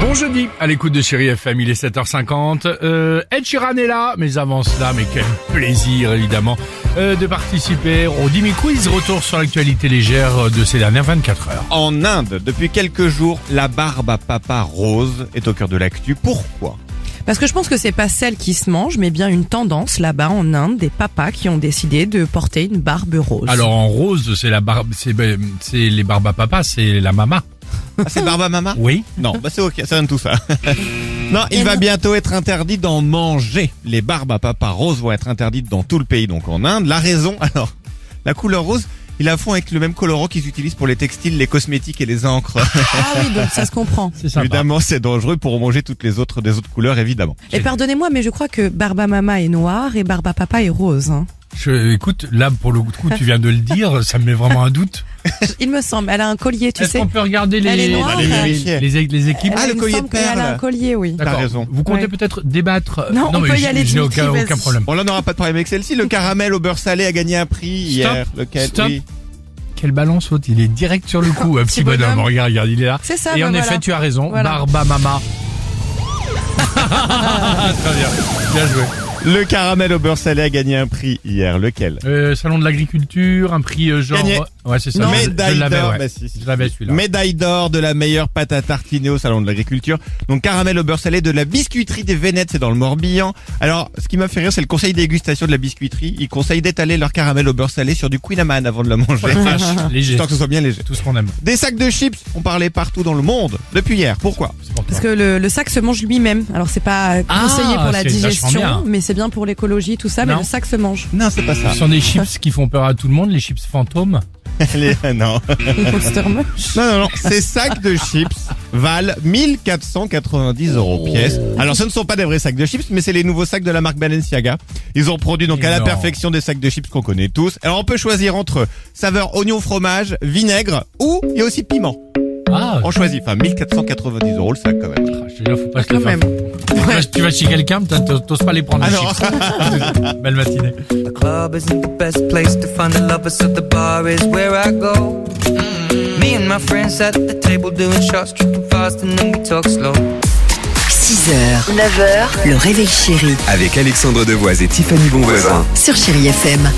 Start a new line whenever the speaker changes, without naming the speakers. Bon jeudi, à l'écoute de Chéri FM, il est 7h50. Euh, Ed Sheeran est là, mais avant cela, mais quel plaisir évidemment euh, de participer au Dimi Quiz, retour sur l'actualité légère euh, de ces dernières 24 heures.
En Inde, depuis quelques jours, la barbe à papa rose est au cœur de l'actu. Pourquoi
Parce que je pense que c'est pas celle qui se mange, mais bien une tendance là-bas en Inde des papas qui ont décidé de porter une barbe rose.
Alors en rose, c'est la barbe, c'est ben, c'est les barbes à papa, c'est la mama.
Ah, C'est barbe à maman
Oui.
Non, bah c'est ok, ça vient de tout ça. Non, il va bientôt être interdit d'en manger. Les barbes à papa rose vont être interdites dans tout le pays, donc en Inde. La raison, alors, la couleur rose, ils la font avec le même colorant qu'ils utilisent pour les textiles, les cosmétiques et les encres.
Ah oui, donc ça se comprend.
C'est sympa.
Évidemment, c'est dangereux pour manger toutes les autres des autres couleurs, évidemment.
Et pardonnez-moi, mais je crois que Barba Mama est noire et Barba Papa est rose. hein.
Je, écoute, là pour le coup, tu viens de le dire, ça me met vraiment un doute.
Il me semble, elle a un collier, tu
Est-ce
sais.
qu'on peut regarder les
Elle est
les,
noire. hein.
les, les- les équipes
Ah,
Elle-
le
il me
collier
semble
de perles.
qu'elle a un collier, oui.
D'accord.
raison.
Vous comptez
Ouais.
peut-être débattre. euh,
Non, on
mais
peut y
j'ai-
aller,
j'ai
Dimitri,
aucun,
vas-y.
aucun problème.
Bon, là, on n'aura pas de problème avec celle-ci. Le caramel au beurre salé a gagné un prix
Stop.
hier. Lequel
Stop.
Oui.
Quelle balance haute, il est direct sur le coup, un
Petit
petit bonhomme. Ah,
bonhomme.
Regarde, regarde, il est là.
C'est ça,
Et
bah
en
voilà.
effet, tu as raison,
Voilà.
Barba Mama. Très bien, bien joué.
Le caramel au beurre salé a gagné un prix hier. Lequel
Euh, salon de l'agriculture, un prix euh, genre.
Gagné.
Ouais, c'est ça.
Non.
je- je
Médaille
l'avais,
d'or.
ouais.
Bah, si, si,
Je l'avais
si.
celui-là.
Médaille d'or de la meilleure pâte à tartiner au salon de l'agriculture. Donc caramel au beurre salé de la biscuiterie des Vénettes, c'est dans le Morbihan. Alors, ce qui m'a fait rire, c'est le conseil dégustation de la biscuiterie. Ils conseillent d'étaler leur caramel au beurre salé sur du Queen Amman avant de le manger.
Léger.
Tant que ce soit bien léger.
Tout ce qu'on aime.
Des sacs de chips, on parlait partout dans le monde depuis hier. Pourquoi
C'est pour toi.
Parce que le, le sac se mange lui-même. Alors c'est pas
Ah,
conseillé pour la
c'est vachement bien.
digestion, mais c'est bien pour l'écologie, tout ça, mais
Non.
le sac se mange.
Non, c'est pas ça.
Ce sont des chips qui font peur à tout le monde, les chips fantômes.
Les- non.
Posterman.
Non, non, non. Ces sacs de chips valent 1490 euros pièce. Alors, ce ne sont pas des vrais sacs de chips, mais c'est les nouveaux sacs de la marque Balenciaga. Ils ont produit donc à la
Énorme.
perfection des sacs de chips qu'on connaît tous. Alors, on peut choisir entre saveur oignon fromage, vinaigre ou, et aussi piment.
Ah,
On choisit, enfin, 1490 euros le sac quand même.
je veux dire, faut
Ah,
pas se le
Quand
faire.
même.
Tu vas- Tu vas chez quelqu'un, t'as- t'oses pas les prendre les
Ah non.
chips. Belle matinée.
The club isn't the best place to find a lover, so the bar is where I go. Me and my friends at the table doing shots, tripping fast, and then we talk slow.
6h, 9h, le réveil chéri
Avec Alexandre Devoise et Tiffany Bonvoisin.
sur Chéri FM.